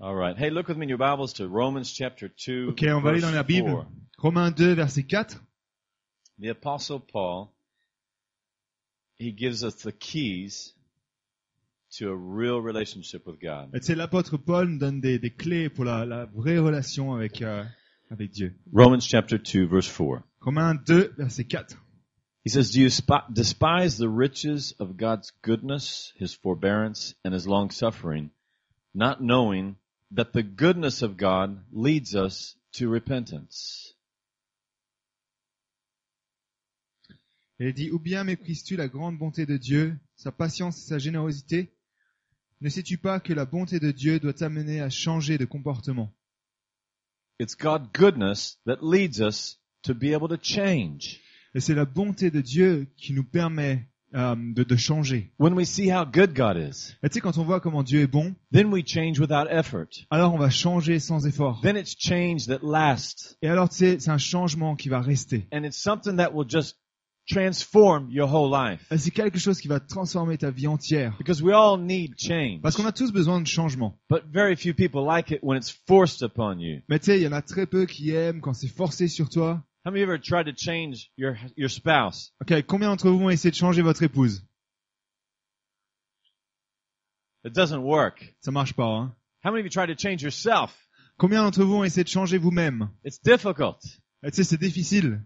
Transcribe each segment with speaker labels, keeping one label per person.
Speaker 1: All right. Hey, look with me in your Bibles to Romans chapter 2.
Speaker 2: Ok, on va aller
Speaker 1: verse
Speaker 2: dans la Bible.
Speaker 1: 4.
Speaker 2: Romains 2, verset 4.
Speaker 1: The apostle Paul, he gives us the keys to a real relationship with God.
Speaker 2: Et C'est l'apôtre Paul nous donne des, des clés pour la, la vraie relation avec, euh, avec Dieu.
Speaker 1: Romans chapter 2 verse 4.
Speaker 2: Romains 2, verset 4.
Speaker 1: He says, do you sp- despise the riches of God's goodness, his forbearance, and his long suffering, not knowing that the goodness of God leads us to repentance?
Speaker 2: Il est dit, ou bien méprises-tu la grande bonté de Dieu, sa patience et sa générosité Ne sais-tu pas que la bonté de Dieu doit t'amener à changer de comportement
Speaker 1: It's God's goodness that leads us to be able to change.
Speaker 2: Et c'est la bonté de Dieu qui nous permet euh, de, de changer.
Speaker 1: When we see how good God is,
Speaker 2: Et tu sais, quand on voit comment Dieu est bon,
Speaker 1: then we change without effort.
Speaker 2: alors on va changer sans effort.
Speaker 1: Then it's change that lasts.
Speaker 2: Et alors, tu sais, c'est un changement qui va rester.
Speaker 1: And it's something that will just transform your whole life.
Speaker 2: Et C'est quelque chose qui va transformer ta vie entière.
Speaker 1: Because we all need change.
Speaker 2: Parce qu'on a tous besoin de changement.
Speaker 1: But very few people like it when it's forced upon you.
Speaker 2: Mais tu sais, il y en a très peu qui aiment quand c'est forcé sur toi.
Speaker 1: How many of you ever tried to change your, your spouse?
Speaker 2: Ok, combien d'entre vous ont essayé de changer votre épouse
Speaker 1: It doesn't work.
Speaker 2: Ça marche pas, hein
Speaker 1: How many of you tried to change yourself?
Speaker 2: Combien d'entre vous ont essayé de changer vous-même
Speaker 1: It's difficult.
Speaker 2: Et Tu sais, c'est difficile.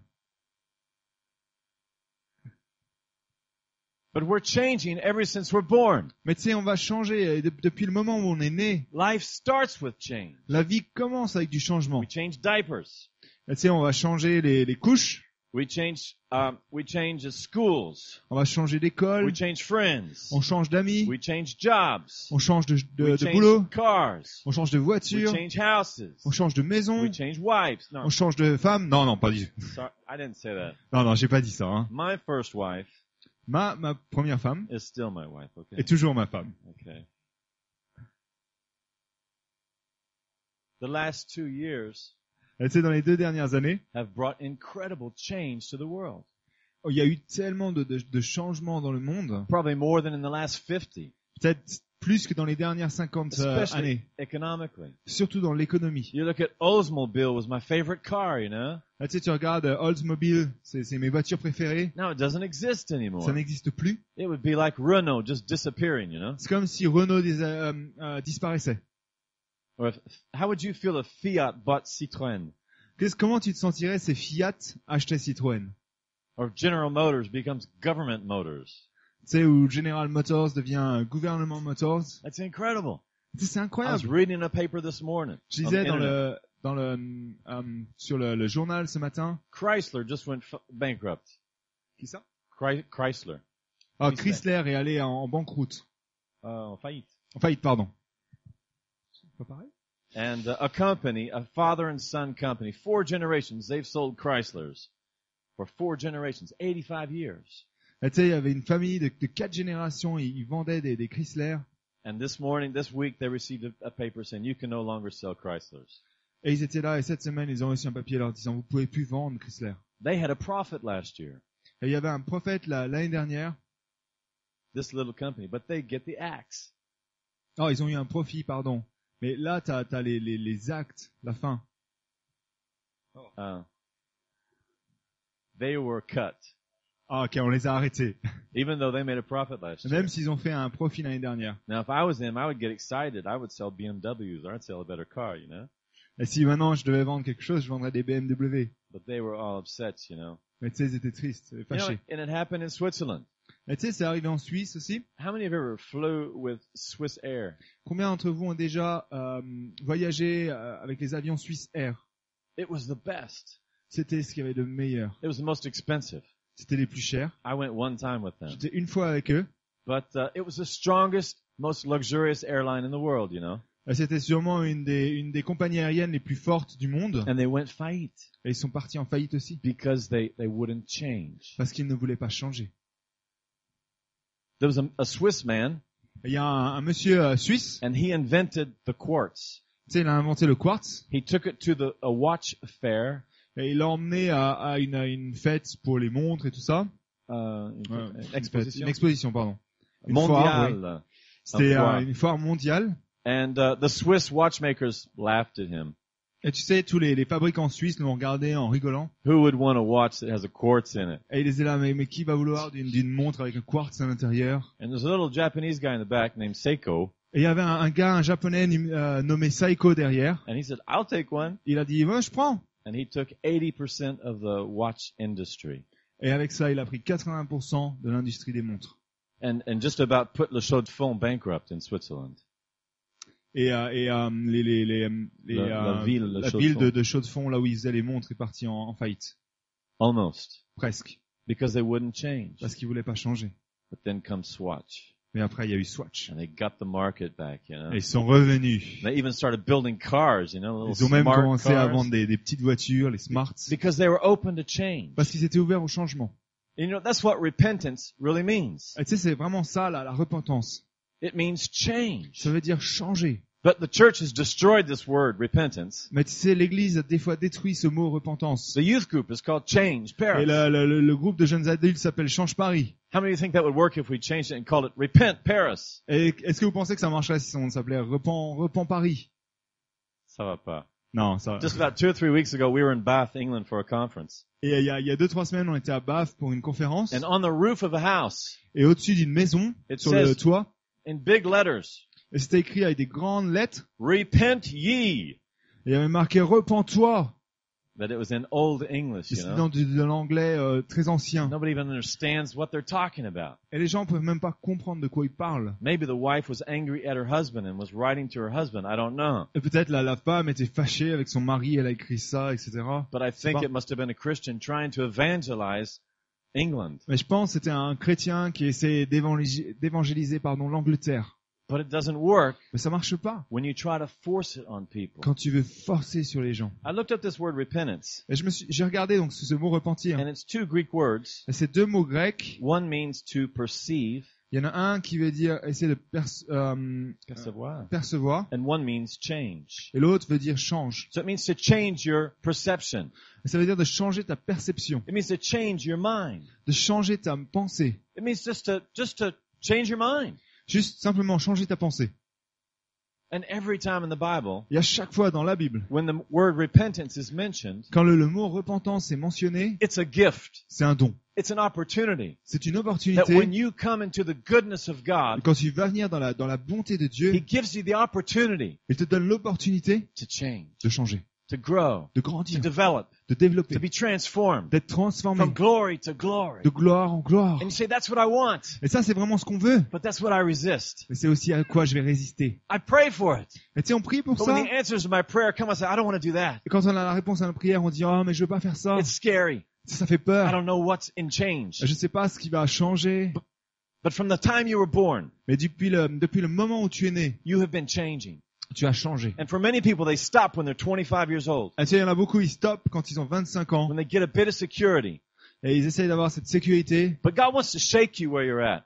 Speaker 1: But we're changing ever since we're born.
Speaker 2: Mais tu sais, on va changer. Et de- depuis le moment où on est né,
Speaker 1: Life starts with change.
Speaker 2: la vie commence avec du changement.
Speaker 1: We change diapers.
Speaker 2: Et Tu sais, on va changer les, les couches,
Speaker 1: We change, um, we change the schools.
Speaker 2: on va changer
Speaker 1: We
Speaker 2: d'école,
Speaker 1: change friends.
Speaker 2: on change d'amis,
Speaker 1: We change jobs.
Speaker 2: on change de,
Speaker 1: We
Speaker 2: de, de boulot,
Speaker 1: change cars.
Speaker 2: on change de
Speaker 1: We
Speaker 2: voiture,
Speaker 1: change houses.
Speaker 2: on change de maison,
Speaker 1: We change wives. No,
Speaker 2: on change de femme. Non, non, pas du.
Speaker 1: sorry, I didn't say that.
Speaker 2: Non, non, j'ai pas dit ça. Hein.
Speaker 1: My first wife
Speaker 2: Ma, ma première femme
Speaker 1: is still my wife. Okay.
Speaker 2: est toujours ma femme.
Speaker 1: okay. The last two years
Speaker 2: Et Tu sais, dans les deux dernières années,
Speaker 1: have brought incredible change to the world.
Speaker 2: oh, il y a eu tellement de, de, de changements dans le monde,
Speaker 1: Probably more than in the last 50,
Speaker 2: peut-être plus que dans les dernières 50 euh,
Speaker 1: especially
Speaker 2: années,
Speaker 1: economically.
Speaker 2: surtout dans l'économie.
Speaker 1: You look at Oldsmobile was my favorite car, you know?
Speaker 2: Là, tu sais, tu regardes euh, Oldsmobile, c'est c'est mes voitures préférées.
Speaker 1: Now it doesn't exist
Speaker 2: Ça
Speaker 1: anymore.
Speaker 2: n'existe plus.
Speaker 1: It would be like Renault just disappearing, you know?
Speaker 2: C'est comme si Renault dés- euh, euh, disparaissait.
Speaker 1: Or if, how would you feel if Fiat bought Citroën?
Speaker 2: Qu'est-ce- comment tu te sentirais si Fiat achetait Citroën
Speaker 1: Or if General Motors becomes government motors?
Speaker 2: Tu sais, où General Motors devient euh, gouvernement Motors.
Speaker 1: That's incredible.
Speaker 2: Tu sais, C'est
Speaker 1: I was
Speaker 2: incroyable.
Speaker 1: reading a paper this morning.
Speaker 2: Je
Speaker 1: on the
Speaker 2: disais dans
Speaker 1: internet.
Speaker 2: le, dans le, euh, sur le, le journal ce matin.
Speaker 1: Chrysler just went f- bankrupt.
Speaker 2: Qui ça
Speaker 1: Chry- Chrysler.
Speaker 2: Ah,
Speaker 1: Chrysler.
Speaker 2: Chrysler est allé en, en banqueroute.
Speaker 1: Uh, en faillite.
Speaker 2: En faillite, pardon. Pas pareil
Speaker 1: And uh, a company, a father and son company, four generations, they've sold Chryslers for four generations, 85 years.
Speaker 2: Tu sais, il y avait une famille de, de quatre générations, ils, ils vendaient des, des Chrysler.
Speaker 1: And this morning, this week, they received a, a paper saying you can no longer sell Chryslers.
Speaker 2: Et ils étaient là, et cette semaine, ils ont reçu un papier leur disant, vous pouvez plus vendre Chrysler.
Speaker 1: They had a profit last year,
Speaker 2: Et il y avait un prophète là, l'année dernière.
Speaker 1: this little company, but they get the axe.
Speaker 2: Non, Ah, ils ont eu un profit, pardon. Mais là, t'as as les, les, les actes, la fin.
Speaker 1: Uh, they were cut,
Speaker 2: Ah, ok, on les a arrêtés.
Speaker 1: even though they made a profit last year.
Speaker 2: Même s'ils ont fait un profit l'année dernière.
Speaker 1: Now, if I was them, I would get excited. I would sell BMWs or I'd sell a better car, you know?
Speaker 2: Et si maintenant je devais vendre quelque chose, je vendrais des BMW.
Speaker 1: But they were all upset, you know?
Speaker 2: Mais tu sais, ils étaient tristes, et
Speaker 1: You know,
Speaker 2: fâchés.
Speaker 1: and it happened in Switzerland.
Speaker 2: Mais tu sais, c'est arrivé en Suisse aussi.
Speaker 1: How many of you ever flew with Swiss Air?
Speaker 2: Combien d'entre vous ont déjà euh, voyagé euh, avec les avions Swiss Air
Speaker 1: It was the best.
Speaker 2: C'était ce qu'il y avait de meilleur.
Speaker 1: It was the most expensive.
Speaker 2: C'était les plus chers.
Speaker 1: I went one time with them.
Speaker 2: J'étais une fois avec eux.
Speaker 1: But uh, it was the strongest, most luxurious airline in the world, you know?
Speaker 2: Et Euh, C'était sûrement une des, une des compagnies aériennes les plus fortes du monde.
Speaker 1: And they went faillite
Speaker 2: Et ils sont partis en faillite aussi.
Speaker 1: because they, they wouldn't change.
Speaker 2: Parce qu'ils ne voulaient pas changer.
Speaker 1: There was a, a Swiss man,
Speaker 2: Il y a un, un monsieur euh, suisse,
Speaker 1: and he invented the quartz.
Speaker 2: tu sais, il a inventé le quartz
Speaker 1: He took it to the a watch fair.
Speaker 2: et il l'a emmené à, à une, à une fête pour les montres et tout ça.
Speaker 1: Uh,
Speaker 2: Euh, une fête,
Speaker 1: exposition.
Speaker 2: Une exposition, pardon. Une foire,
Speaker 1: mondiale.
Speaker 2: oui. C'était
Speaker 1: foire.
Speaker 2: euh, une foire mondiale
Speaker 1: And uh, the Swiss watchmakers laughed at him.
Speaker 2: Et tu sais, tous les, les fabricants suisses l'ont regardé en rigolant.
Speaker 1: Who would want a watch that has a quartz in it?
Speaker 2: Et il était là, mais, mais qui va vouloir d'une d'une montre avec un quartz à l'intérieur
Speaker 1: And there's a little Japanese guy in the back named Seiko,
Speaker 2: Et il y avait un, un gars, un japonais num- euh, nommé Saiko derrière.
Speaker 1: and he said, "I'll take one."
Speaker 2: Il a dit, ouais, je prends.
Speaker 1: And he took 80% of the watch industry,
Speaker 2: Et avec ça, il a pris 80% de l'industrie des montres.
Speaker 1: and and just about put Le Chaux de Fonds bankrupt in Switzerland.
Speaker 2: Et, euh, et euh, les, les, les, euh, les,
Speaker 1: La- la
Speaker 2: euh,
Speaker 1: ville, le
Speaker 2: la
Speaker 1: Chaux de
Speaker 2: ville de,
Speaker 1: Fonds.
Speaker 2: de Chaux-de-Fonds, là où ils faisaient les montres, est partie en, en faillite.
Speaker 1: Almost,
Speaker 2: Presque.
Speaker 1: because they wouldn't change.
Speaker 2: Parce qu'ils voulaient pas changer.
Speaker 1: But then comes Swatch,
Speaker 2: Mais après, il y a eu Swatch.
Speaker 1: and they got the market back. You know,
Speaker 2: Et ils sont revenus.
Speaker 1: they even started building cars. You know, little
Speaker 2: Ils ont même
Speaker 1: smart
Speaker 2: commencé à vendre
Speaker 1: cars,
Speaker 2: des, des petites voitures, les Smarts.
Speaker 1: because they were open to change.
Speaker 2: Parce qu'ils étaient ouverts au changement.
Speaker 1: You know, that's what repentance really means.
Speaker 2: Et tu sais, c'est vraiment ça, la, la repentance.
Speaker 1: It means change.
Speaker 2: Ça veut dire changer.
Speaker 1: But the church has destroyed this word, repentance.
Speaker 2: Mais tu sais, l'Église a des fois détruit ce mot repentance.
Speaker 1: The youth group is called Change
Speaker 2: Et
Speaker 1: Paris.
Speaker 2: le, le- le- le groupe de jeunes adultes s'appelle Change Paris.
Speaker 1: How many of you think that would work if we changed it and called it Repent Paris?
Speaker 2: Et est-ce que vous pensez que ça marcherait si on s'appelait Repent, Repent Paris
Speaker 1: Ça va pas.
Speaker 2: Non, ça.
Speaker 1: Just about two or three weeks ago, we were in Bath, England for a conference.
Speaker 2: Et il y a, il y a deux trois semaines, on était à Bath pour une conférence.
Speaker 1: And on the roof of a house,
Speaker 2: Et au-dessus d'une maison,
Speaker 1: It
Speaker 2: sur le
Speaker 1: says-
Speaker 2: toit,
Speaker 1: in big letters,
Speaker 2: et c'était écrit avec des grandes lettres.
Speaker 1: Repent ye.
Speaker 2: Et il y avait marqué Repends-toi.
Speaker 1: That it was in Old English,
Speaker 2: C'est
Speaker 1: you know.
Speaker 2: dans du- de l'anglais euh, très ancien.
Speaker 1: Nobody even understands what they're talking about.
Speaker 2: Et les gens peuvent même pas comprendre de quoi ils parlent.
Speaker 1: Maybe the wife was angry at her husband and was writing to her husband. I don't know.
Speaker 2: Et peut-être la, la femme était fâchée avec son mari, elle a écrit ça, etc.
Speaker 1: But I think
Speaker 2: Bon.
Speaker 1: it must have been a Christian trying to evangelize England.
Speaker 2: Mais je pense que c'était un chrétien qui essayait d'évangéliser d'évangéliser, pardon l'Angleterre.
Speaker 1: But it doesn't work
Speaker 2: Mais ça marche pas
Speaker 1: when you try to force it on people.
Speaker 2: quand tu veux forcer sur les gens.
Speaker 1: I looked up this word repentance,
Speaker 2: Et je me suis, j'ai regardé donc ce, ce mot repentir.
Speaker 1: and it's two Greek words.
Speaker 2: Et Ces deux mots grecs,
Speaker 1: One means to perceive,
Speaker 2: il y en a un qui veut dire essayer de perce- euh,
Speaker 1: percevoir,
Speaker 2: percevoir,
Speaker 1: and one means change.
Speaker 2: et l'autre veut dire change.
Speaker 1: So it means to change your perception.
Speaker 2: Et ça veut dire de changer ta perception,
Speaker 1: It means to change your mind.
Speaker 2: de changer ta pensée.
Speaker 1: It means just to just to change your mind.
Speaker 2: Juste simplement changer ta pensée.
Speaker 1: And every time in the Bible,
Speaker 2: Et à chaque fois dans la Bible,
Speaker 1: when the word repentance is mentioned,
Speaker 2: quand le, le mot repentance est mentionné,
Speaker 1: it's a gift.
Speaker 2: c'est un don.
Speaker 1: It's an opportunity
Speaker 2: C'est une
Speaker 1: that when
Speaker 2: opportunité.
Speaker 1: you come into the goodness of God,
Speaker 2: Quand tu vas venir dans la, dans la bonté de
Speaker 1: He
Speaker 2: Dieu,
Speaker 1: gives you the opportunity
Speaker 2: il te donne l'opportunité
Speaker 1: to change,
Speaker 2: de changer,
Speaker 1: to grow, to
Speaker 2: de grandir,
Speaker 1: develop,
Speaker 2: de
Speaker 1: to
Speaker 2: développer,
Speaker 1: be transformed
Speaker 2: d'être transformé
Speaker 1: from glory to glory.
Speaker 2: de gloire en gloire.
Speaker 1: And you say, that's what I want,
Speaker 2: Et ça, c'est vraiment ce qu'on veut.
Speaker 1: but that's what I resist.
Speaker 2: Mais c'est aussi à quoi je vais résister.
Speaker 1: I pray for it.
Speaker 2: Et tu sais, on prie pour
Speaker 1: But
Speaker 2: ça.
Speaker 1: when the answers to my prayer come, I say, I don't want to do that.
Speaker 2: Et quand on a la réponse à la prière, on dit, ah, mais je veux pas faire ça.
Speaker 1: It's scary.
Speaker 2: Ça, ça fait
Speaker 1: I
Speaker 2: peur.
Speaker 1: don't know what's in change.
Speaker 2: Je sais pas ce qui va changer.
Speaker 1: But from the time you were born,
Speaker 2: Mais depuis le, depuis le moment où tu es né,
Speaker 1: you have been changing.
Speaker 2: tu as changé.
Speaker 1: And for many people, they stop when they're 25 years old.
Speaker 2: Et tu sais, il y en a beaucoup, ils stoppent quand ils ont 25 ans.
Speaker 1: When they get a bit of security.
Speaker 2: Et ils essayent d'avoir cette sécurité.
Speaker 1: But God wants to shake you where you're at.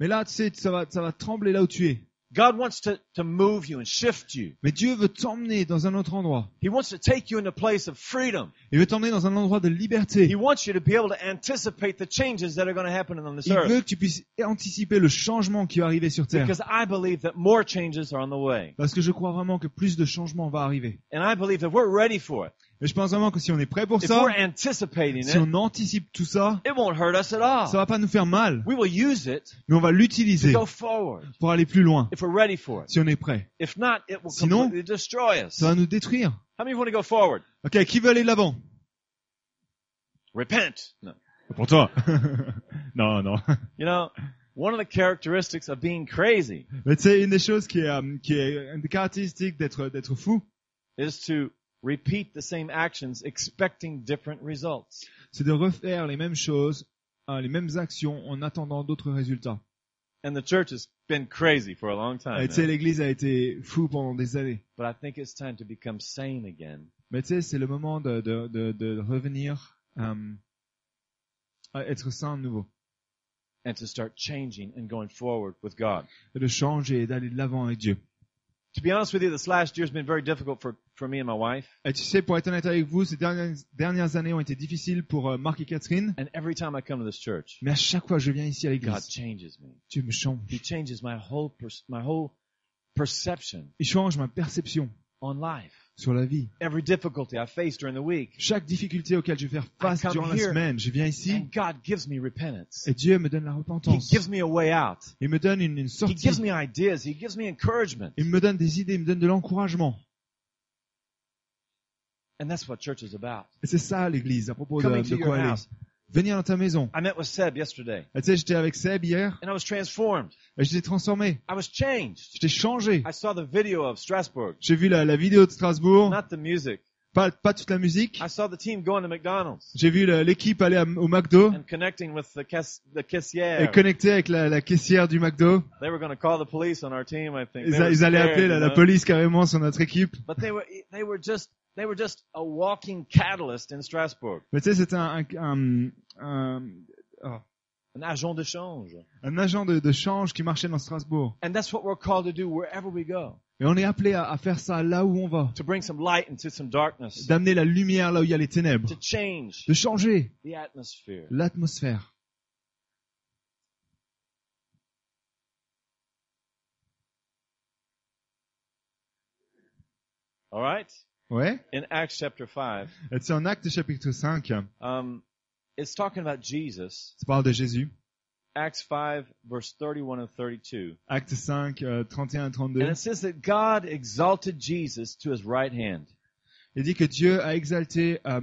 Speaker 2: Mais là, tu sais, ça va, ça va trembler là où tu es.
Speaker 1: God wants to, to move you and shift you.
Speaker 2: Mais Dieu veut t'emmener dans un autre endroit.
Speaker 1: He wants to take you in a place of freedom.
Speaker 2: Il veut t'emmener dans un endroit de
Speaker 1: He
Speaker 2: liberté.
Speaker 1: wants you to be able to anticipate the changes that are going to happen on this
Speaker 2: Il veut
Speaker 1: earth.
Speaker 2: que tu puisses anticiper le changement qui va arriver sur Terre.
Speaker 1: Because I believe that more changes are on the way.
Speaker 2: Parce que je crois vraiment que plus de changements va arriver.
Speaker 1: And I believe that we're ready for it.
Speaker 2: Et je pense vraiment que si on est prêt pour
Speaker 1: If
Speaker 2: ça,
Speaker 1: we're anticipating
Speaker 2: si
Speaker 1: it,
Speaker 2: on anticipe tout ça,
Speaker 1: it won't hurt us at all.
Speaker 2: ça va pas nous faire mal,
Speaker 1: we will use it
Speaker 2: mais on va
Speaker 1: to
Speaker 2: l'utiliser
Speaker 1: go forward
Speaker 2: pour aller plus loin.
Speaker 1: if we're ready for it.
Speaker 2: Si on est prêt,
Speaker 1: If not, it will
Speaker 2: Sinon,
Speaker 1: completely destroy us.
Speaker 2: ça va nous détruire.
Speaker 1: How many want to go forward?
Speaker 2: Ok, qui veut aller de l'avant
Speaker 1: Repent. No.
Speaker 2: Pour toi. non, non.
Speaker 1: You know, one of the characteristics of being crazy
Speaker 2: Mais tu sais, une des choses qui est, euh, qui est une des caractéristiques d'être d'être fou,
Speaker 1: is to repeat the same actions expecting different results.
Speaker 2: c'est de refaire les mêmes choses, hein, les mêmes actions en attendant d'autres résultats.
Speaker 1: And the church has been crazy for a long time.
Speaker 2: Et tu sais,
Speaker 1: now.
Speaker 2: l'Église a été fou pendant des années.
Speaker 1: But I think it's time to become sane again.
Speaker 2: Mais tu sais, c'est le moment de, de, de, de revenir euh, à être sain de nouveau,
Speaker 1: and to start changing and going forward with God.
Speaker 2: et de changer et d'aller de l'avant avec Dieu.
Speaker 1: To be honest with you, this last year has been very difficult for, for me and my wife.
Speaker 2: Et tu sais, pour être honnête avec vous, ces dernières, dernières années ont été difficiles pour euh, Marc et Catherine,
Speaker 1: And every time I come to this church,
Speaker 2: mais à chaque fois que je viens ici à
Speaker 1: God
Speaker 2: l'église,
Speaker 1: changes me.
Speaker 2: Dieu me change.
Speaker 1: He changes my whole pers- my whole perception
Speaker 2: Il change ma perception
Speaker 1: on life.
Speaker 2: sur la vie.
Speaker 1: Every difficulty I face during the week,
Speaker 2: Chaque difficulté auquel je vais faire face
Speaker 1: I come
Speaker 2: durant la
Speaker 1: here
Speaker 2: semaine, je viens ici
Speaker 1: and God gives me repentance.
Speaker 2: et Dieu me donne la
Speaker 1: He
Speaker 2: repentance.
Speaker 1: gives me a way out.
Speaker 2: Il me donne une, une
Speaker 1: He
Speaker 2: sortie.
Speaker 1: gives me ideas. He gives me encouragement.
Speaker 2: Il me donne des idées, il me donne de l'encouragement.
Speaker 1: And that's what church is about.
Speaker 2: Et c'est ça l'église, à propos de,
Speaker 1: Coming
Speaker 2: de
Speaker 1: to your
Speaker 2: quoi aller.
Speaker 1: house.
Speaker 2: Venir dans ta maison.
Speaker 1: I met with Seb yesterday
Speaker 2: Ah, tu sais, j'étais avec Seb hier,
Speaker 1: and I was transformed.
Speaker 2: et je t'ai transformé.
Speaker 1: I was changed.
Speaker 2: Je t'ai changé.
Speaker 1: I saw the video of Strasbourg,
Speaker 2: J'ai vu la, la vidéo de Strasbourg,
Speaker 1: not the music.
Speaker 2: pas, pas toute la musique.
Speaker 1: I saw the team going to McDonald's
Speaker 2: J'ai vu la- l'équipe aller à- au McDo
Speaker 1: and connecting with the caiss- the
Speaker 2: et
Speaker 1: caissière.
Speaker 2: connecter avec la, la caissière du McDo.
Speaker 1: They were going to call the police on our team, I think.
Speaker 2: Ils,
Speaker 1: They were
Speaker 2: a- ils allaient
Speaker 1: scared,
Speaker 2: appeler la,
Speaker 1: you
Speaker 2: la
Speaker 1: know.
Speaker 2: police carrément sur notre équipe.
Speaker 1: But they were they were just they were just a walking catalyst in Strasbourg,
Speaker 2: Mais tu sais, c'était un, un, un, un- oh,
Speaker 1: an agent de change.
Speaker 2: un agent de, de change qui marchait dans Strasbourg.
Speaker 1: And that's what we're called to do wherever we go,
Speaker 2: Et on est appelé à, à faire ça là où on va.
Speaker 1: to bring some light into some darkness,
Speaker 2: D'amener la lumière là où il y a les ténèbres.
Speaker 1: to change
Speaker 2: De changer
Speaker 1: the atmosphere.
Speaker 2: l'atmosphère.
Speaker 1: All right?
Speaker 2: Ouais.
Speaker 1: In Acts chapter 5,
Speaker 2: Et C'est en Actes chapitre 5.
Speaker 1: um, it's talking about Jesus.
Speaker 2: Ça parle de Jésus.
Speaker 1: Acts 5 verse 31 and 32.
Speaker 2: Actes 5, euh, 31 et
Speaker 1: And
Speaker 2: 32.
Speaker 1: it says that God exalted Jesus to his right hand.
Speaker 2: Il dit que Dieu a exalté euh,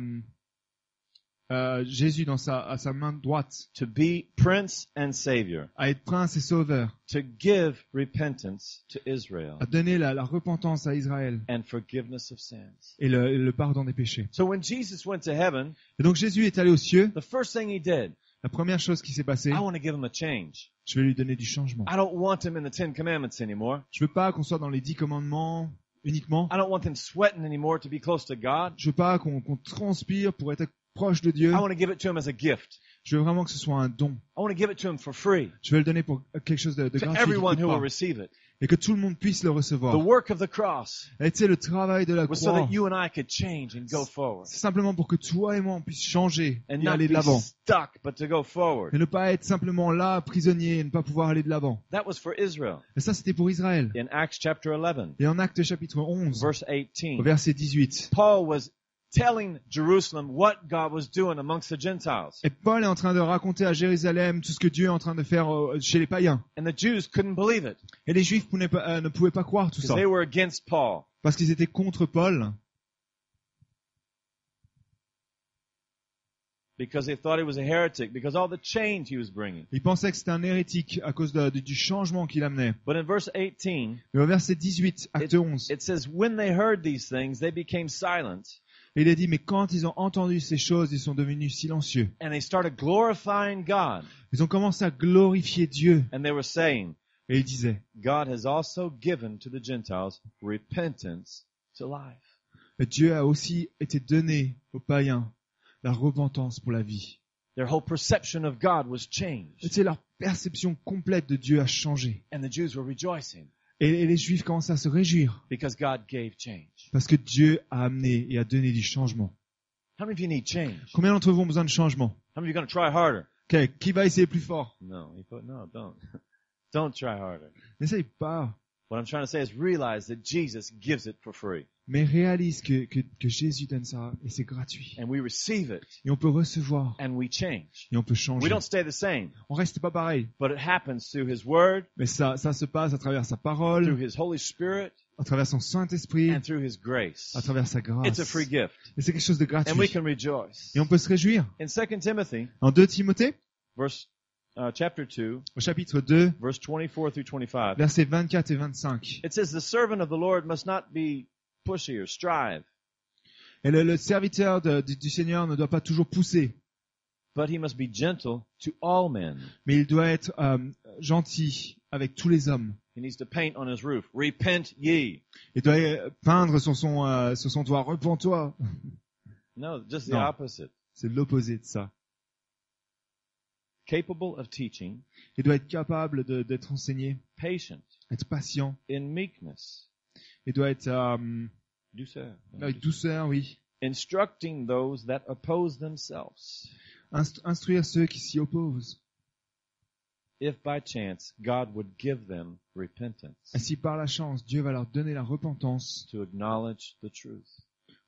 Speaker 2: euh, Jésus dans sa, à sa main droite
Speaker 1: to be prince and savior,
Speaker 2: à être prince et sauveur,
Speaker 1: to give repentance to Israel
Speaker 2: à donner la, la repentance à Israël
Speaker 1: and forgiveness of sins.
Speaker 2: et le, et le pardon des péchés.
Speaker 1: So when Jesus went to heaven,
Speaker 2: Et donc Jésus est allé aux cieux.
Speaker 1: the first thing he did,
Speaker 2: La première chose qui s'est passée,
Speaker 1: I want to give him a change.
Speaker 2: je vais lui donner du changement.
Speaker 1: I don't want him in the Ten Commandments anymore.
Speaker 2: Je veux pas qu'on soit dans les dix commandements uniquement.
Speaker 1: I don't want them sweating anymore to be close to God.
Speaker 2: Je veux pas qu'on qu'on transpire pour être proche de Dieu.
Speaker 1: I want to give it to him as a gift.
Speaker 2: Je veux vraiment que ce soit un don.
Speaker 1: I want to give it to him for free,
Speaker 2: Je veux le donner pour quelque chose de, de
Speaker 1: to
Speaker 2: gratuit qui
Speaker 1: everyone
Speaker 2: coûte
Speaker 1: who will
Speaker 2: pas.
Speaker 1: receive it.
Speaker 2: et que tout le monde puisse le
Speaker 1: The
Speaker 2: recevoir.
Speaker 1: work of the cross
Speaker 2: Et tu sais, le travail de la
Speaker 1: was so
Speaker 2: croix,
Speaker 1: that you and I could change and go forward.
Speaker 2: c'est simplement pour que toi et moi on puisse changer
Speaker 1: And
Speaker 2: et
Speaker 1: not
Speaker 2: aller de
Speaker 1: be
Speaker 2: l'avant.
Speaker 1: stuck, but to go forward.
Speaker 2: Et ne pas être simplement là, prisonnier, et ne pas pouvoir aller de l'avant.
Speaker 1: That was for Israel
Speaker 2: Et ça, c'était pour Israël.
Speaker 1: in Acts chapter 11.
Speaker 2: Et en Actes chapitre 11,
Speaker 1: verse
Speaker 2: au
Speaker 1: 18.
Speaker 2: verset 18,
Speaker 1: Paul was telling Jerusalem what God was doing amongst the Gentiles.
Speaker 2: et Paul est en train de raconter à Jérusalem tout ce que Dieu est en train de faire euh, chez les païens.
Speaker 1: And the Jews couldn't believe it
Speaker 2: Et les Juifs pouvaient pas- euh, ne pouvaient pas croire tout
Speaker 1: because
Speaker 2: ça,
Speaker 1: they were against Paul.
Speaker 2: parce qu'ils étaient contre Paul,
Speaker 1: Because they thought he was a heretic, because all the change he was bringing.
Speaker 2: ils pensaient que c'était un hérétique à cause de- de- du changement qu'il amenait.
Speaker 1: But in verse 18,
Speaker 2: Mais au verset 18, acte 11,
Speaker 1: it says, When they heard these things, they became silent,
Speaker 2: il est dit, mais quand ils ont entendu ces choses, ils sont devenus silencieux.
Speaker 1: and they started glorifying God.
Speaker 2: Ils ont commencé à glorifier Dieu
Speaker 1: And they were saying,
Speaker 2: et ils disaient,
Speaker 1: God has also given to the Gentiles repentance to life.
Speaker 2: Dieu a aussi été donné aux païens la repentance pour la vie.
Speaker 1: Their whole perception of God was
Speaker 2: Et
Speaker 1: changed,
Speaker 2: tu sais, leur perception complète de Dieu a changé.
Speaker 1: and the Jews were rejoicing
Speaker 2: Et, et les Juifs commencent à se réjouir
Speaker 1: because God gave change.
Speaker 2: parce que Dieu a amené et a donné du changement.
Speaker 1: How many of you need change?
Speaker 2: Combien d'entre vous ont besoin de changement
Speaker 1: How many of you going to try harder?
Speaker 2: Ok, Qui va essayer plus fort
Speaker 1: No, he put, no, don't. don't try harder.
Speaker 2: N'essaye pas,
Speaker 1: What I'm trying to say is realize that Jesus gives it for free
Speaker 2: mais réalise que, que, que Jésus donne ça et c'est gratuit.
Speaker 1: and we receive it
Speaker 2: Et on peut recevoir
Speaker 1: and we change.
Speaker 2: et on peut
Speaker 1: We
Speaker 2: changer.
Speaker 1: don't stay the same,
Speaker 2: On reste pas pareil,
Speaker 1: but it happens through his word,
Speaker 2: mais ça, ça se passe à travers sa
Speaker 1: through
Speaker 2: parole,
Speaker 1: his Holy Spirit,
Speaker 2: à travers son Saint-Esprit,
Speaker 1: and through his grace.
Speaker 2: à travers sa grâce.
Speaker 1: It's a free gift
Speaker 2: Et c'est quelque chose de
Speaker 1: and we
Speaker 2: gratuit.
Speaker 1: can rejoice.
Speaker 2: Et on peut se réjouir.
Speaker 1: In 2 Timothy,
Speaker 2: En 2 Timothée,
Speaker 1: verse, uh, chapter 2,
Speaker 2: au chapitre 2,
Speaker 1: verse 24 through 25,
Speaker 2: versets 24 et 25.
Speaker 1: it says, the servant of the Lord must not be pushy or strive,
Speaker 2: Et le, le serviteur de- du, du Seigneur ne doit pas toujours pousser,
Speaker 1: but he must be gentle to all men.
Speaker 2: mais il doit être euh, gentil avec tous les hommes.
Speaker 1: He needs to paint on his roof. Repent ye.
Speaker 2: Il doit euh, peindre sur son, euh, sur son doigt, repends-toi.
Speaker 1: No, just the
Speaker 2: No.
Speaker 1: opposite.
Speaker 2: C'est l'opposé de ça.
Speaker 1: Capable of teaching,
Speaker 2: Il doit être capable de- d'être enseigné,
Speaker 1: patient,
Speaker 2: être patient.
Speaker 1: in meekness,
Speaker 2: Il doit être euh,
Speaker 1: douceur,
Speaker 2: avec douceur, oui.
Speaker 1: instructing those that oppose themselves.
Speaker 2: Inst- instruire ceux qui s'y opposent.
Speaker 1: if by chance God would give them
Speaker 2: Et
Speaker 1: repentance
Speaker 2: si par la chance Dieu va leur donner la repentance
Speaker 1: to acknowledge the truth.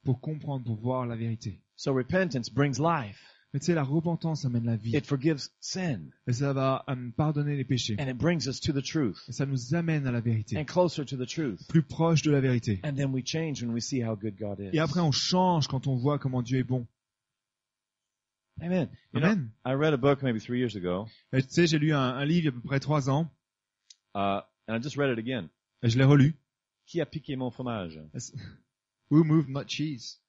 Speaker 2: pour comprendre, pour voir la vérité.
Speaker 1: So repentance brings life.
Speaker 2: Mais tu sais, la repentance amène la vie.
Speaker 1: It forgives sin
Speaker 2: Et ça va euh, pardonner les péchés.
Speaker 1: and it brings us to the truth
Speaker 2: Et ça nous amène à la vérité.
Speaker 1: and closer to the truth.
Speaker 2: Plus proche de la vérité.
Speaker 1: And then we change when we see how good God is.
Speaker 2: Et après, on change quand on voit comment Dieu est bon.
Speaker 1: Amen. You know,
Speaker 2: Amen.
Speaker 1: I read a book maybe three years ago,
Speaker 2: Et Euh, tu sais, j'ai lu un, un livre il y a à peu près trois ans.
Speaker 1: uh, and I just read it again.
Speaker 2: Et je l'ai relu.
Speaker 1: Qui a piqué mon fromage?
Speaker 2: Who moved my cheese?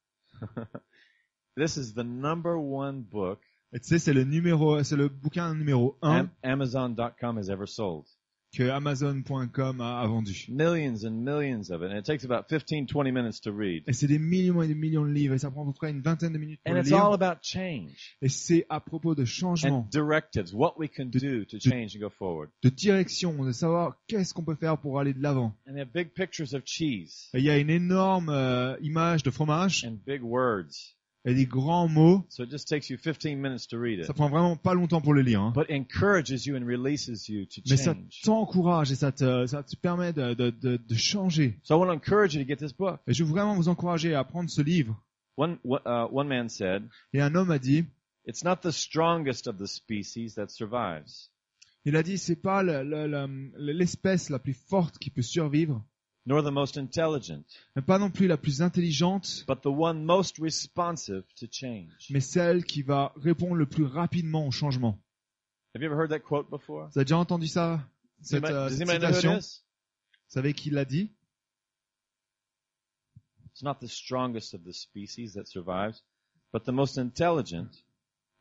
Speaker 1: This is the number one book
Speaker 2: Et Euh, tu sais, c'est le numéro, c'est le bouquin numéro un
Speaker 1: Am- Amazon.com has ever sold.
Speaker 2: que Amazon.com a, a vendu.
Speaker 1: Millions and millions of it. And it takes about 15, 20 minutes to read.
Speaker 2: Et c'est des millions et des millions de livres. Et ça prend à peu près une vingtaine de minutes pour
Speaker 1: And
Speaker 2: le
Speaker 1: it's all
Speaker 2: lire.
Speaker 1: about change
Speaker 2: Et c'est à propos de changement,
Speaker 1: and directives, what we can do to change and go forward.
Speaker 2: de direction, de savoir qu'est-ce qu'on peut faire pour aller de l'avant.
Speaker 1: And they have big pictures of cheese
Speaker 2: Et Il y a une énorme euh, image de fromage
Speaker 1: and big words.
Speaker 2: et des grands mots.
Speaker 1: So it just takes you 15 minutes to read it,
Speaker 2: Ça prend vraiment pas longtemps pour le lire. hein.
Speaker 1: but encourages you and releases you to
Speaker 2: Mais ça
Speaker 1: change.
Speaker 2: t'encourage et ça te, ça te permet de, de, de, de changer.
Speaker 1: So I want to encourage you to get this book.
Speaker 2: Et je veux vraiment vous encourager à prendre ce livre.
Speaker 1: One, one- uh, one man said,
Speaker 2: Et un homme a dit,
Speaker 1: it's not the strongest of the species that survives,
Speaker 2: il a dit, c'est pas le- le- le- l'espèce la plus forte qui peut survivre,
Speaker 1: nor the most intelligent,
Speaker 2: mais pas non plus la plus intelligente,
Speaker 1: but the one most responsive to change.
Speaker 2: mais celle qui va répondre le plus rapidement au changement.
Speaker 1: Have you ever heard that quote before?
Speaker 2: Vous avez déjà entendu ça cette,
Speaker 1: Anybody-
Speaker 2: euh,
Speaker 1: does
Speaker 2: cette
Speaker 1: anybody know who
Speaker 2: citation
Speaker 1: it
Speaker 2: Vous
Speaker 1: is?
Speaker 2: savez qui l'a dit
Speaker 1: It's not the strongest of the species that survives, but the most intelligent,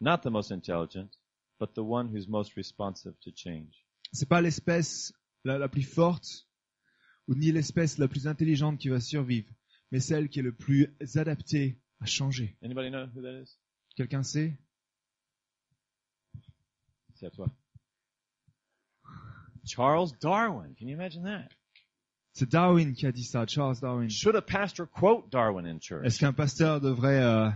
Speaker 1: not the most intelligent, but the one who's most responsive to change.
Speaker 2: C'est pas l'espèce la, la plus forte ou ni l'espèce la plus intelligente qui va survivre, mais celle qui est le plus adaptée à changer.
Speaker 1: Anybody know who that is?
Speaker 2: Quelqu'un sait
Speaker 1: C'est à toi. Charles Darwin. Can you imagine that?
Speaker 2: C'est Darwin qui a dit ça, Charles Darwin.
Speaker 1: Should a pastor quote Darwin in church?
Speaker 2: Est-ce qu'un pasteur devrait euh,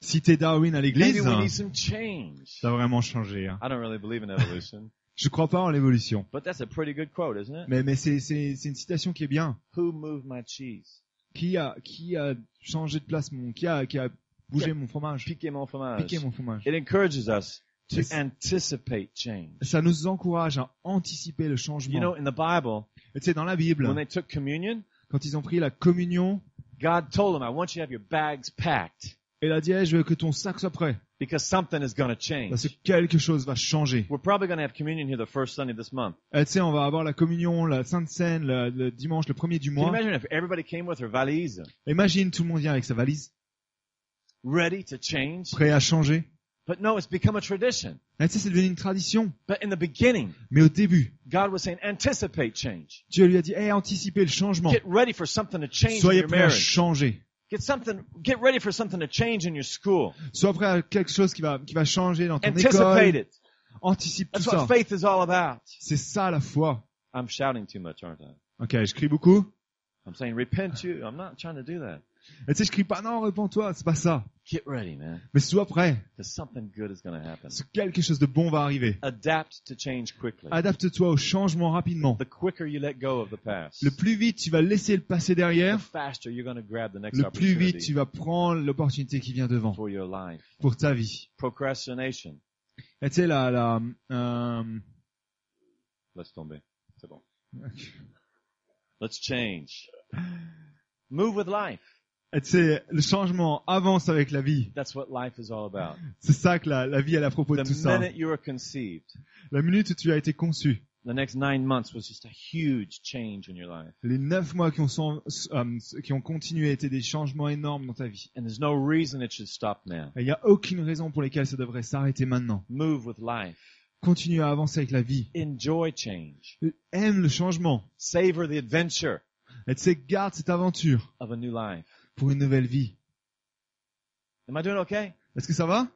Speaker 2: citer Darwin à
Speaker 1: Maybe
Speaker 2: l'église
Speaker 1: we need some change.
Speaker 2: Ça a vraiment changé. Hein.
Speaker 1: I don't really believe in evolution,
Speaker 2: Je crois pas en l'évolution.
Speaker 1: but that's a pretty good quote, isn't it?
Speaker 2: Mais, mais c'est, c'est, c'est une citation qui est bien.
Speaker 1: Who moved my cheese?
Speaker 2: Qui a, qui a changé de place mon, qui a, qui a bougé
Speaker 1: Qui
Speaker 2: mon fromage,
Speaker 1: Piqué mon fromage.
Speaker 2: piqué mon fromage.
Speaker 1: It encourages us to
Speaker 2: Yes.
Speaker 1: anticipate change.
Speaker 2: Ça nous encourage à anticiper le
Speaker 1: You know,
Speaker 2: changement.
Speaker 1: in the Bible,
Speaker 2: Et Tu sais, dans la
Speaker 1: when
Speaker 2: Bible,
Speaker 1: they took communion,
Speaker 2: quand ils ont pris la communion,
Speaker 1: God told them, I want you to have your bags packed
Speaker 2: il a dit, Hey, je veux que ton sac soit prêt,
Speaker 1: because something is going to
Speaker 2: parce que
Speaker 1: change.
Speaker 2: quelque chose va changer.
Speaker 1: We're probably going to have communion here the first Sunday this month.
Speaker 2: Et tu sais, on va avoir la communion, la Sainte Seine, le, le dimanche, le premier du
Speaker 1: Can you
Speaker 2: mois.
Speaker 1: imagine if everybody came with their valise,
Speaker 2: Imagine, tout le monde vient avec sa valise,
Speaker 1: ready to change?
Speaker 2: prêt à changer.
Speaker 1: But no, it's become a tradition.
Speaker 2: Ah, tu sais, c'est devenu une tradition.
Speaker 1: But in the beginning,
Speaker 2: Mais au début,
Speaker 1: God was saying, anticipate change.
Speaker 2: Dieu lui a dit, hey, anticipez le changement.
Speaker 1: Get ready for something to change in
Speaker 2: Soyez
Speaker 1: your
Speaker 2: prêts à
Speaker 1: marriage.
Speaker 2: changer.
Speaker 1: Get something, get ready for something to change in your school.
Speaker 2: Sois prêt à quelque chose qui va, qui va changer dans ton
Speaker 1: Anticipate
Speaker 2: école.
Speaker 1: it.
Speaker 2: Anticipe tout
Speaker 1: That's
Speaker 2: ça.
Speaker 1: what faith is all about.
Speaker 2: C'est ça la foi.
Speaker 1: I'm shouting too much, aren't I?
Speaker 2: Ok, je crie beaucoup.
Speaker 1: I'm saying, repent you. I'm not trying to do that.
Speaker 2: Et tu sais, je crie pas, non, réponds-toi, c'est pas ça.
Speaker 1: Get ready, man.
Speaker 2: Mais sois prêt.
Speaker 1: Because something good is going to happen.
Speaker 2: Parce que quelque chose de bon va arriver.
Speaker 1: Adapt to change quickly.
Speaker 2: Adapte-toi au changement rapidement.
Speaker 1: The quicker you let go of the past,
Speaker 2: Le plus vite tu vas laisser le passé
Speaker 1: the
Speaker 2: derrière,
Speaker 1: faster you're going to grab the next
Speaker 2: le plus vite
Speaker 1: opportunity
Speaker 2: tu vas prendre l'opportunité qui vient devant
Speaker 1: for your life.
Speaker 2: pour ta vie.
Speaker 1: Procrastination.
Speaker 2: Et tu sais, la, la, euh,
Speaker 1: Laisse tomber. C'est bon. Let's change. Move with life.
Speaker 2: Et tu sais, le changement avance avec la vie.
Speaker 1: That's what life is all about.
Speaker 2: C'est ça que la, la vie, elle a propos de
Speaker 1: The
Speaker 2: tout ça.
Speaker 1: minute you were conceived,
Speaker 2: La minute où tu as été conçu,
Speaker 1: the next nine months was just a huge change in your life.
Speaker 2: les neuf mois qui ont, son- euh, qui ont continué étaient des changements énormes dans ta vie.
Speaker 1: And there's no reason it should stop now.
Speaker 2: Et Il n'y a aucune raison pour laquelle ça devrait s'arrêter maintenant.
Speaker 1: Move with life.
Speaker 2: Continue à avancer avec la vie.
Speaker 1: Enjoy change.
Speaker 2: Aime le changement.
Speaker 1: Savor the adventure
Speaker 2: Et tu sais, garde cette aventure
Speaker 1: of a new life.
Speaker 2: pour une nouvelle vie.
Speaker 1: Am I doing okay?
Speaker 2: Est-ce que ça va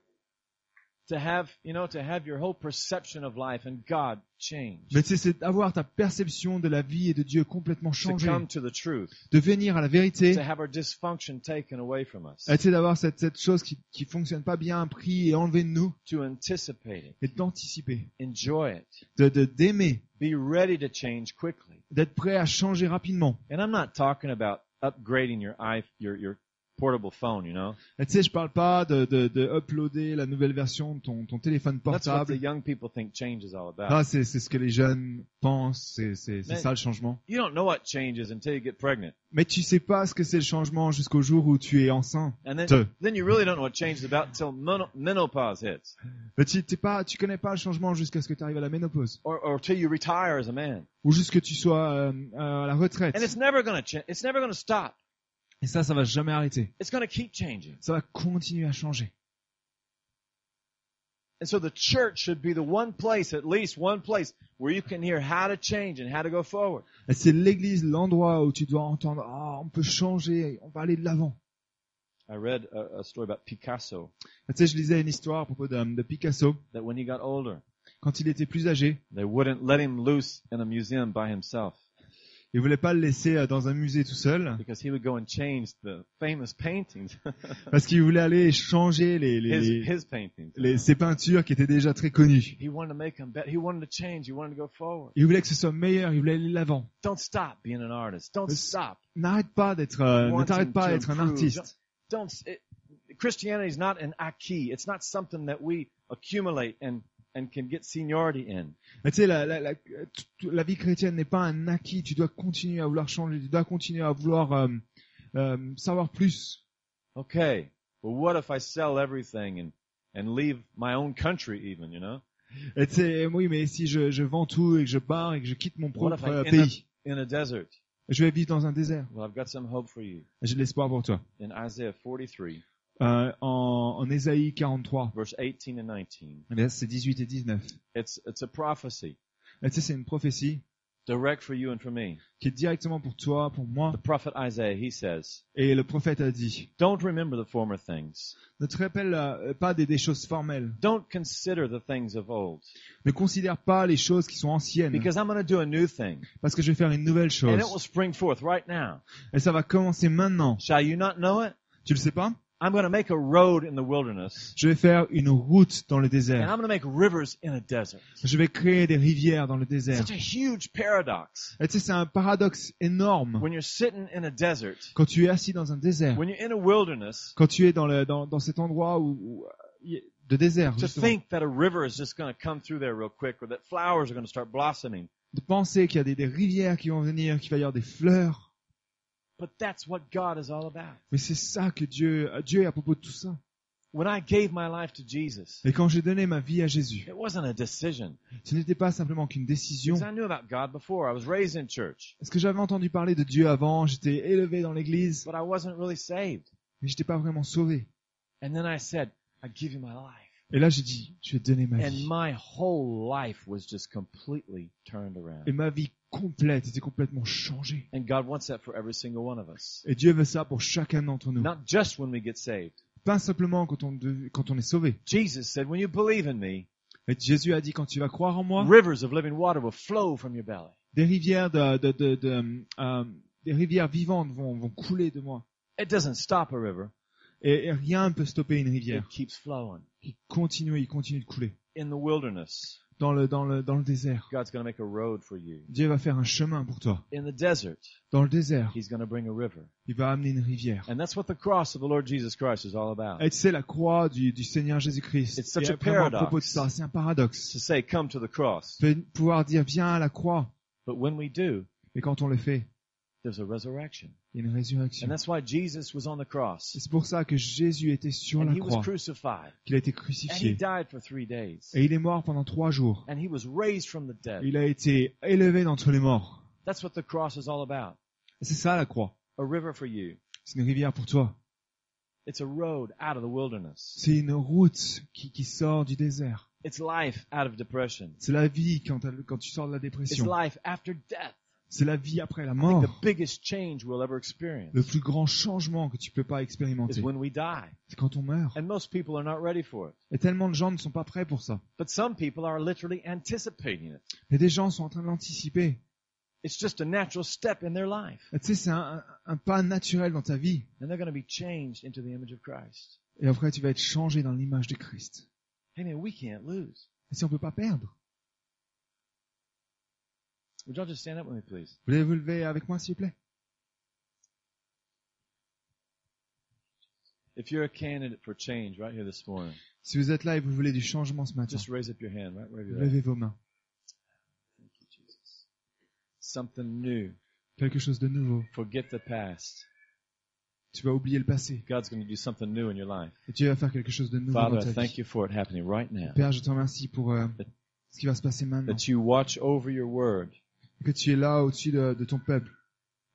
Speaker 1: to have, you know, to have your whole perception of life and God change.
Speaker 2: Mais tu sais, c'est d'avoir ta perception de la vie et de Dieu complètement
Speaker 1: To
Speaker 2: changée,
Speaker 1: come to the truth.
Speaker 2: de venir à la vérité,
Speaker 1: To have our dysfunction taken away from us.
Speaker 2: et tu sais, d'avoir cette, cette chose qui, qui fonctionne pas bien, pris et enlevée de nous,
Speaker 1: To anticipate it.
Speaker 2: et d'anticiper,
Speaker 1: Enjoy it.
Speaker 2: de de- d'aimer,
Speaker 1: Be ready to change quickly.
Speaker 2: d'être prêt à changer rapidement.
Speaker 1: And I'm not talking about upgrading your i your your portable phone, you know.
Speaker 2: Et tu sais, je parle pas de, de, de uploader la nouvelle version de ton, ton téléphone
Speaker 1: That's what the
Speaker 2: portable.
Speaker 1: young people think change is all about.
Speaker 2: Ah, c'est c'est ce que les jeunes pensent, c'est c'est- c'est
Speaker 1: Mais-
Speaker 2: ça le changement.
Speaker 1: You don't know what changes until you get pregnant.
Speaker 2: Mais tu sais pas ce que c'est le changement jusqu'au jour où tu es enceinte.
Speaker 1: And then then you really don't know what change is about until mono- menopause hits
Speaker 2: Mais tu t'es pas, tu connais pas le changement jusqu'à ce que tu arrives à la ménopause
Speaker 1: or or till you retire as a man.
Speaker 2: ou jusqu'à ce que tu sois euh, euh, à la retraite.
Speaker 1: And it's never going to change. It's never going to stop.
Speaker 2: Et ça, ça va jamais arrêter.
Speaker 1: It's going to keep changing.
Speaker 2: Ça va continuer à changer.
Speaker 1: And so the church should be the one place, at least one place, where you can hear how to change and how to go forward.
Speaker 2: Et C'est l'église, l'endroit où tu dois entendre, ah, on peut changer, on va aller de l'avant.
Speaker 1: I read a, a story about Picasso
Speaker 2: Tu sais, je lisais une histoire à propos de, de Picasso
Speaker 1: that when he got older,
Speaker 2: quand il était plus âgé.
Speaker 1: they wouldn't let him loose in a museum by himself
Speaker 2: Il voulait pas le laisser euh, dans un musée tout seul
Speaker 1: because he would go and change the famous paintings,
Speaker 2: parce qu'il voulait aller changer les, les,
Speaker 1: his,
Speaker 2: les-
Speaker 1: his paintings.
Speaker 2: les- ses peintures qui étaient déjà très connues.
Speaker 1: He wanted to make them better. He wanted to change. He wanted to go forward.
Speaker 2: Il voulait que ce soit meilleur, il voulait aller de l'avant.
Speaker 1: Don't stop being an artist. Don't
Speaker 2: Yes.
Speaker 1: stop.
Speaker 2: N'arrête pas d'être, euh, ne
Speaker 1: Wanting
Speaker 2: t'arrête pas
Speaker 1: to
Speaker 2: d'être un
Speaker 1: improve.
Speaker 2: artiste.
Speaker 1: Don't. It, Christianity is not an acquis. It's not something that we accumulate and and can get seniority in.
Speaker 2: Mais Tu sais, la, la, la, tout- tout- la vie chrétienne n'est pas un acquis. Tu dois continuer à vouloir changer. Tu dois continuer à vouloir euh, euh, savoir plus.
Speaker 1: Okay. Well, what if I sell everything and and leave my own country even? You know,
Speaker 2: Et tu sais, oui, mais si je, je vends tout et que je pars et que je quitte mon
Speaker 1: What if I
Speaker 2: propre euh,
Speaker 1: end
Speaker 2: pays,
Speaker 1: in a desert.
Speaker 2: je vais vivre dans un désert.
Speaker 1: Well, I've got some hope for you
Speaker 2: J'ai de l'espoir pour toi.
Speaker 1: in Isaiah 43,
Speaker 2: Euh, en, en Ésaïe 43,
Speaker 1: verse 18 and 19.
Speaker 2: versets 18 et 19.
Speaker 1: It's it's a prophecy
Speaker 2: Et tu sais, c'est une prophétie
Speaker 1: direct for you and for me.
Speaker 2: qui est directement pour toi, pour moi.
Speaker 1: The prophet Isaiah he says.
Speaker 2: Et le prophète a dit,
Speaker 1: Don't remember the former things.
Speaker 2: ne te rappelle euh, pas des, des choses formelles.
Speaker 1: Don't consider the things of old.
Speaker 2: Ne considère pas les choses qui sont anciennes.
Speaker 1: Because I'm going to do a new thing.
Speaker 2: Parce que je vais faire une nouvelle
Speaker 1: And it will
Speaker 2: chose.
Speaker 1: spring forth right now.
Speaker 2: Et ça va commencer maintenant.
Speaker 1: Shall you not know it?
Speaker 2: Tu le sais pas
Speaker 1: I'm going to make a road in the wilderness.
Speaker 2: Je vais faire une route dans le
Speaker 1: And
Speaker 2: désert.
Speaker 1: I'm going to make rivers in a desert.
Speaker 2: Je vais créer des rivières dans le désert.
Speaker 1: Such a huge paradox.
Speaker 2: Et tu sais, c'est un paradoxe énorme.
Speaker 1: When you're sitting in a desert,
Speaker 2: Quand tu es assis dans un désert,
Speaker 1: when you're in a wilderness,
Speaker 2: quand tu es dans, le, dans, dans cet endroit où, où, euh, de désert,
Speaker 1: to
Speaker 2: justement,
Speaker 1: think that a river is just going to come through there real quick or that flowers are going to start blossoming.
Speaker 2: de penser qu'il y a des, des rivières qui vont venir, qu'il va y avoir des fleurs.
Speaker 1: But that's what God is all about.
Speaker 2: Mais c'est ça que Dieu, Dieu est à propos de tout ça.
Speaker 1: When I gave my life to Jesus,
Speaker 2: Et quand j'ai donné ma vie à Jésus,
Speaker 1: it wasn't a decision.
Speaker 2: ce n'était pas simplement qu'une décision.
Speaker 1: Because I knew about God before. I was raised in church,
Speaker 2: Parce que j'avais entendu parler de Dieu avant, j'étais élevé dans l'église,
Speaker 1: but I wasn't really saved.
Speaker 2: mais j'étais pas vraiment sauvé.
Speaker 1: And then I said, I give you my life.
Speaker 2: Et là, j'ai dit, je vais te donner ma
Speaker 1: And
Speaker 2: vie.
Speaker 1: my whole life was just completely turned around.
Speaker 2: Et ma vie complète était complètement changée.
Speaker 1: And God wants that for every single one of us.
Speaker 2: Et Dieu veut ça pour chacun d'entre nous.
Speaker 1: Not just when we get saved.
Speaker 2: Pas simplement quand on, dev- quand on est sauvé.
Speaker 1: Jesus said, when you believe in me,
Speaker 2: Et Jésus a dit, quand tu vas croire en moi,
Speaker 1: rivers of living water will flow from your belly.
Speaker 2: des rivières de, de, de, de, euh, des rivières vivantes vont, vont couler de moi.
Speaker 1: It doesn't stop a river.
Speaker 2: Et, et rien ne peut stopper une
Speaker 1: It
Speaker 2: rivière
Speaker 1: keeps flowing.
Speaker 2: qui continue, il continue de couler.
Speaker 1: In the wilderness,
Speaker 2: Dans le, dans le, dans le désert.
Speaker 1: God's going to make a road for you.
Speaker 2: Dieu va faire un chemin pour toi.
Speaker 1: In the desert,
Speaker 2: Dans le désert,
Speaker 1: He's going to bring a river.
Speaker 2: il va amener une rivière.
Speaker 1: And that's what the cross of the Lord Jesus Christ is all about.
Speaker 2: Et c'est la croix du, du Seigneur
Speaker 1: It's
Speaker 2: Jésus-Christ.
Speaker 1: such
Speaker 2: Et
Speaker 1: a
Speaker 2: vraiment, à
Speaker 1: paradox.
Speaker 2: propos de ça, c'est un paradoxe.
Speaker 1: To say, come to the cross.
Speaker 2: De pouvoir dire, viens à la croix.
Speaker 1: But when we do,
Speaker 2: Et quand on le fait,
Speaker 1: there's a resurrection.
Speaker 2: il y a une résurrection.
Speaker 1: And that's why Jesus was on the cross.
Speaker 2: Et C'est pour ça que Jésus était sur
Speaker 1: And
Speaker 2: la
Speaker 1: he was
Speaker 2: croix,
Speaker 1: crucified.
Speaker 2: qu'il a été
Speaker 1: And he
Speaker 2: crucifié.
Speaker 1: died for three days.
Speaker 2: Et il est mort pendant trois jours.
Speaker 1: And he was raised from the dead.
Speaker 2: Il a été élevé d'entre les morts.
Speaker 1: That's what the cross is all about.
Speaker 2: Et C'est ça la croix.
Speaker 1: A river for you.
Speaker 2: C'est une rivière pour toi.
Speaker 1: It's a road out of the wilderness.
Speaker 2: C'est une route qui, qui sort du désert.
Speaker 1: It's life out of depression.
Speaker 2: C'est la vie quand, t'as- quand tu sors de la
Speaker 1: It's
Speaker 2: dépression.
Speaker 1: life after death.
Speaker 2: C'est la vie après la
Speaker 1: I think
Speaker 2: mort.
Speaker 1: the biggest change we'll ever experience
Speaker 2: Le plus grand changement que tu peux pas
Speaker 1: is
Speaker 2: expérimenter,
Speaker 1: when we die.
Speaker 2: c'est quand on meurt.
Speaker 1: And most people are not ready for it.
Speaker 2: Et tellement de gens ne sont pas prêts pour ça.
Speaker 1: But some people are literally anticipating it.
Speaker 2: Mais des gens sont en train de l'anticiper.
Speaker 1: It's just a natural step in their life.
Speaker 2: Tu sais, c'est un, un pas naturel dans ta vie.
Speaker 1: And they're going to be changed into the image of Christ.
Speaker 2: Et après, tu vas être changé dans l'image de Christ.
Speaker 1: Hey man, we can't lose.
Speaker 2: Et si on peut pas perdre,
Speaker 1: Would y'all just stand up with me, please?
Speaker 2: voulez-vous lever avec moi, s'il vous plaît
Speaker 1: If you're a candidate for change right here this morning,
Speaker 2: Si vous êtes là et vous voulez du changement ce matin,
Speaker 1: just raise up your hand right wherever you're at.
Speaker 2: levez vos mains.
Speaker 1: Thank you, Jesus. Something new.
Speaker 2: Quelque chose de nouveau.
Speaker 1: Forget the past.
Speaker 2: Tu vas oublier le passé
Speaker 1: God's going to do something new in your life.
Speaker 2: et tu vas faire quelque chose de nouveau
Speaker 1: Father, I
Speaker 2: dans ta
Speaker 1: thank
Speaker 2: vie.
Speaker 1: you for it happening right now.
Speaker 2: Père, je te remercie pour euh,
Speaker 1: That-
Speaker 2: ce qui va se passer maintenant.
Speaker 1: That you watch over your word
Speaker 2: Que tu es là au-dessus de, de ton peuple.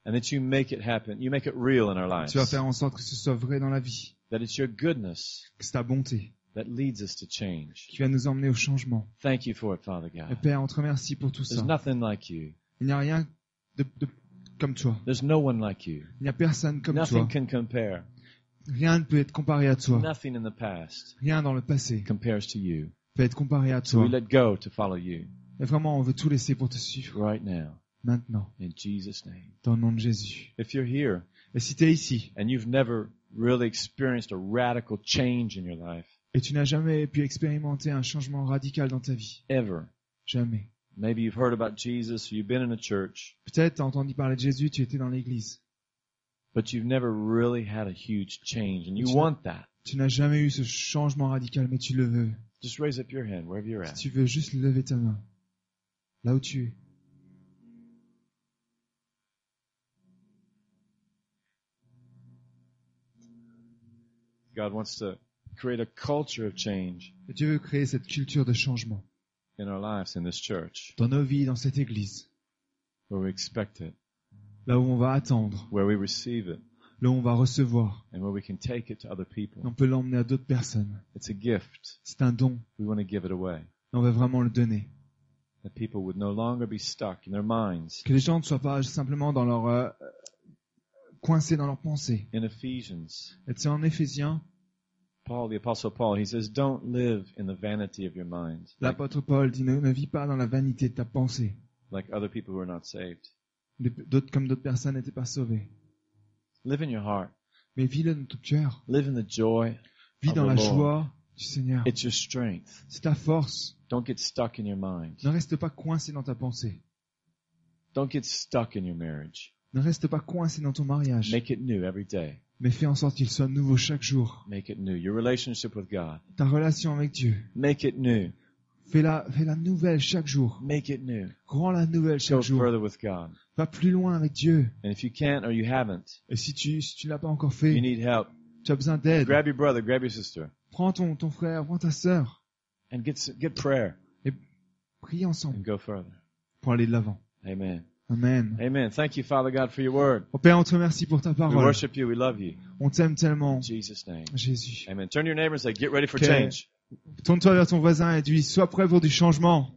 Speaker 1: and that you make it happen. You make it real in our lives.
Speaker 2: Tu vas faire en sorte que ce soit vrai dans la vie,
Speaker 1: That it's your goodness
Speaker 2: que c'est ta bonté
Speaker 1: that leads us to change.
Speaker 2: qui va nous emmener au changement.
Speaker 1: Thank you for it, Father
Speaker 2: Et
Speaker 1: God.
Speaker 2: Père, on te remercie pour tout
Speaker 1: There's
Speaker 2: ça.
Speaker 1: nothing like you.
Speaker 2: Il n'y a rien de, de- comme toi.
Speaker 1: There's no one like you.
Speaker 2: Il n'y a personne comme
Speaker 1: Nothing
Speaker 2: toi.
Speaker 1: can compare.
Speaker 2: Rien ne peut être comparé à toi.
Speaker 1: Nothing in the past
Speaker 2: Rien dans le passé
Speaker 1: compares to you.
Speaker 2: peut être comparé à
Speaker 1: So we
Speaker 2: toi.
Speaker 1: let go to follow you
Speaker 2: Et vraiment, on veut tout laisser pour te suivre
Speaker 1: right now
Speaker 2: maintenant,
Speaker 1: in Jesus' name.
Speaker 2: dans le nom de Jésus.
Speaker 1: If you're here
Speaker 2: Et si tu es ici
Speaker 1: and you've never really experienced a radical change in your life,
Speaker 2: et tu n'as jamais pu expérimenter un changement radical dans ta vie,
Speaker 1: ever,
Speaker 2: jamais.
Speaker 1: maybe you've heard about Jesus, you've been in a church,
Speaker 2: Peut-être t'as entendu parler de Jésus, tu étais dans l'église.
Speaker 1: but you've never really had a huge change and you
Speaker 2: It's not-
Speaker 1: want that.
Speaker 2: Tu n'as jamais eu ce changement radical, mais tu le veux.
Speaker 1: Just raise up your hand wherever you're
Speaker 2: Si
Speaker 1: at.
Speaker 2: tu veux juste lever ta main, là où tu es.
Speaker 1: God wants to create a culture of change
Speaker 2: Et Dieu veut créer cette culture de changement
Speaker 1: in our lives in this church
Speaker 2: dans nos vies, dans cette église,
Speaker 1: where we expect it,
Speaker 2: là où on va attendre,
Speaker 1: where we receive it,
Speaker 2: là où on va recevoir.
Speaker 1: and where we can take it to other
Speaker 2: Et
Speaker 1: people.
Speaker 2: On peut l'emmener à d'autres personnes.
Speaker 1: It's a gift.
Speaker 2: C'est un don.
Speaker 1: We want to give it away.
Speaker 2: Et on va vraiment le donner.
Speaker 1: That people would no longer be stuck in their minds.
Speaker 2: Que les gens ne soient pas simplement dans leur euh, euh, coincés dans leurs pensées.
Speaker 1: In Ephesians,
Speaker 2: Et C'est en Éphésiens,
Speaker 1: Paul, the apostle Paul, he says, don't live in the vanity of your mind like,
Speaker 2: l'apôtre Paul dit ne, ne vis pas dans la vanité de ta pensée,
Speaker 1: like other people who are not saved.
Speaker 2: Des- d'autres comme d'autres personnes n'étaient pas sauvées.
Speaker 1: Live in your heart.
Speaker 2: Mais vis-le dans ton cœur,
Speaker 1: Live in the joy.
Speaker 2: vis
Speaker 1: Of
Speaker 2: dans
Speaker 1: the
Speaker 2: la
Speaker 1: Lord.
Speaker 2: joie du Seigneur.
Speaker 1: It's your strength.
Speaker 2: C'est ta force.
Speaker 1: Don't get stuck in your mind.
Speaker 2: Ne reste pas coincé dans ta pensée.
Speaker 1: Don't get stuck in your marriage.
Speaker 2: Ne reste pas coincé dans ton mariage.
Speaker 1: Make it new every day.
Speaker 2: mais fais en sorte qu'il soit nouveau chaque jour.
Speaker 1: Make it new. Your relationship with God.
Speaker 2: Ta relation avec Dieu,
Speaker 1: Make it new.
Speaker 2: fais-la fais-la nouvelle chaque jour.
Speaker 1: Make it new.
Speaker 2: Rends-la nouvelle chaque
Speaker 1: Go
Speaker 2: jour.
Speaker 1: further with God.
Speaker 2: Va plus loin avec Dieu.
Speaker 1: And if you can't or you haven't,
Speaker 2: Et si tu si tu l'as pas encore
Speaker 1: you
Speaker 2: fait,
Speaker 1: need help,
Speaker 2: tu as besoin d'aide.
Speaker 1: grab your brother, grab your sister,
Speaker 2: Prends ton ton frère, prends ta sœur.
Speaker 1: and get s- get prayer
Speaker 2: Prie ensemble
Speaker 1: and go further.
Speaker 2: pour aller de l'avant.
Speaker 1: Amen.
Speaker 2: Amen.
Speaker 1: Amen. Thank you, Father God, for your word.
Speaker 2: Oh Père, on te remercie pour ta
Speaker 1: We
Speaker 2: parole.
Speaker 1: worship you. We love you.
Speaker 2: On t'aime tellement,
Speaker 1: In Jesus' name.
Speaker 2: Jésus.
Speaker 1: Amen. Turn to your neighbor and say, get ready for
Speaker 2: Okay.
Speaker 1: change.
Speaker 2: Tourne-toi vers ton voisin et dis, sois prêt pour du changement.